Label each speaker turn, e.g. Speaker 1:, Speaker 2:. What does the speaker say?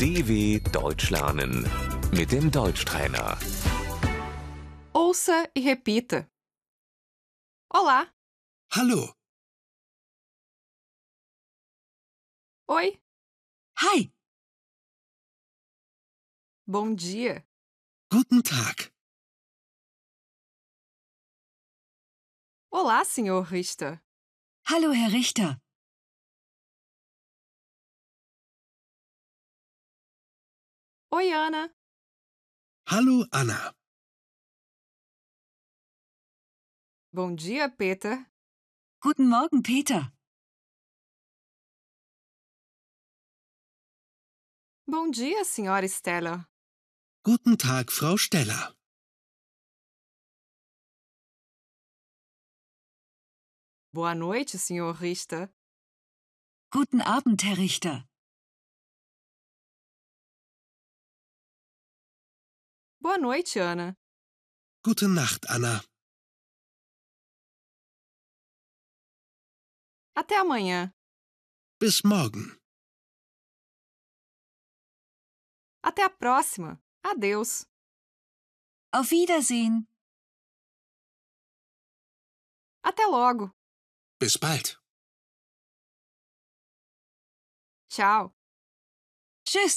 Speaker 1: DW Deutsch lernen mit dem Deutschtrainer.
Speaker 2: Ouça e repita. Olá,
Speaker 3: Hallo,
Speaker 2: oi,
Speaker 4: Hi,
Speaker 2: bom dia,
Speaker 3: guten Tag.
Speaker 2: olá, senhor Richter,
Speaker 4: hallo Herr Richter.
Speaker 2: oi, Ana,
Speaker 3: Hallo, Anna.
Speaker 2: bom dia, Peter,
Speaker 4: Guten Morgen, Peter.
Speaker 2: bom dia, senhora Stella,
Speaker 3: Guten Tag, Frau Steller.
Speaker 2: boa noite, senhor Richter,
Speaker 4: Guten Abend, Herr Richter.
Speaker 2: boa noite, Ana,
Speaker 3: Gute Nacht, Anna.
Speaker 2: até amanhã,
Speaker 3: Bis morgen.
Speaker 2: até a próxima, adeus.
Speaker 4: Auf Wiedersehen.
Speaker 2: Até logo.
Speaker 3: Bis bald.
Speaker 2: Tchau.
Speaker 4: Tschüss.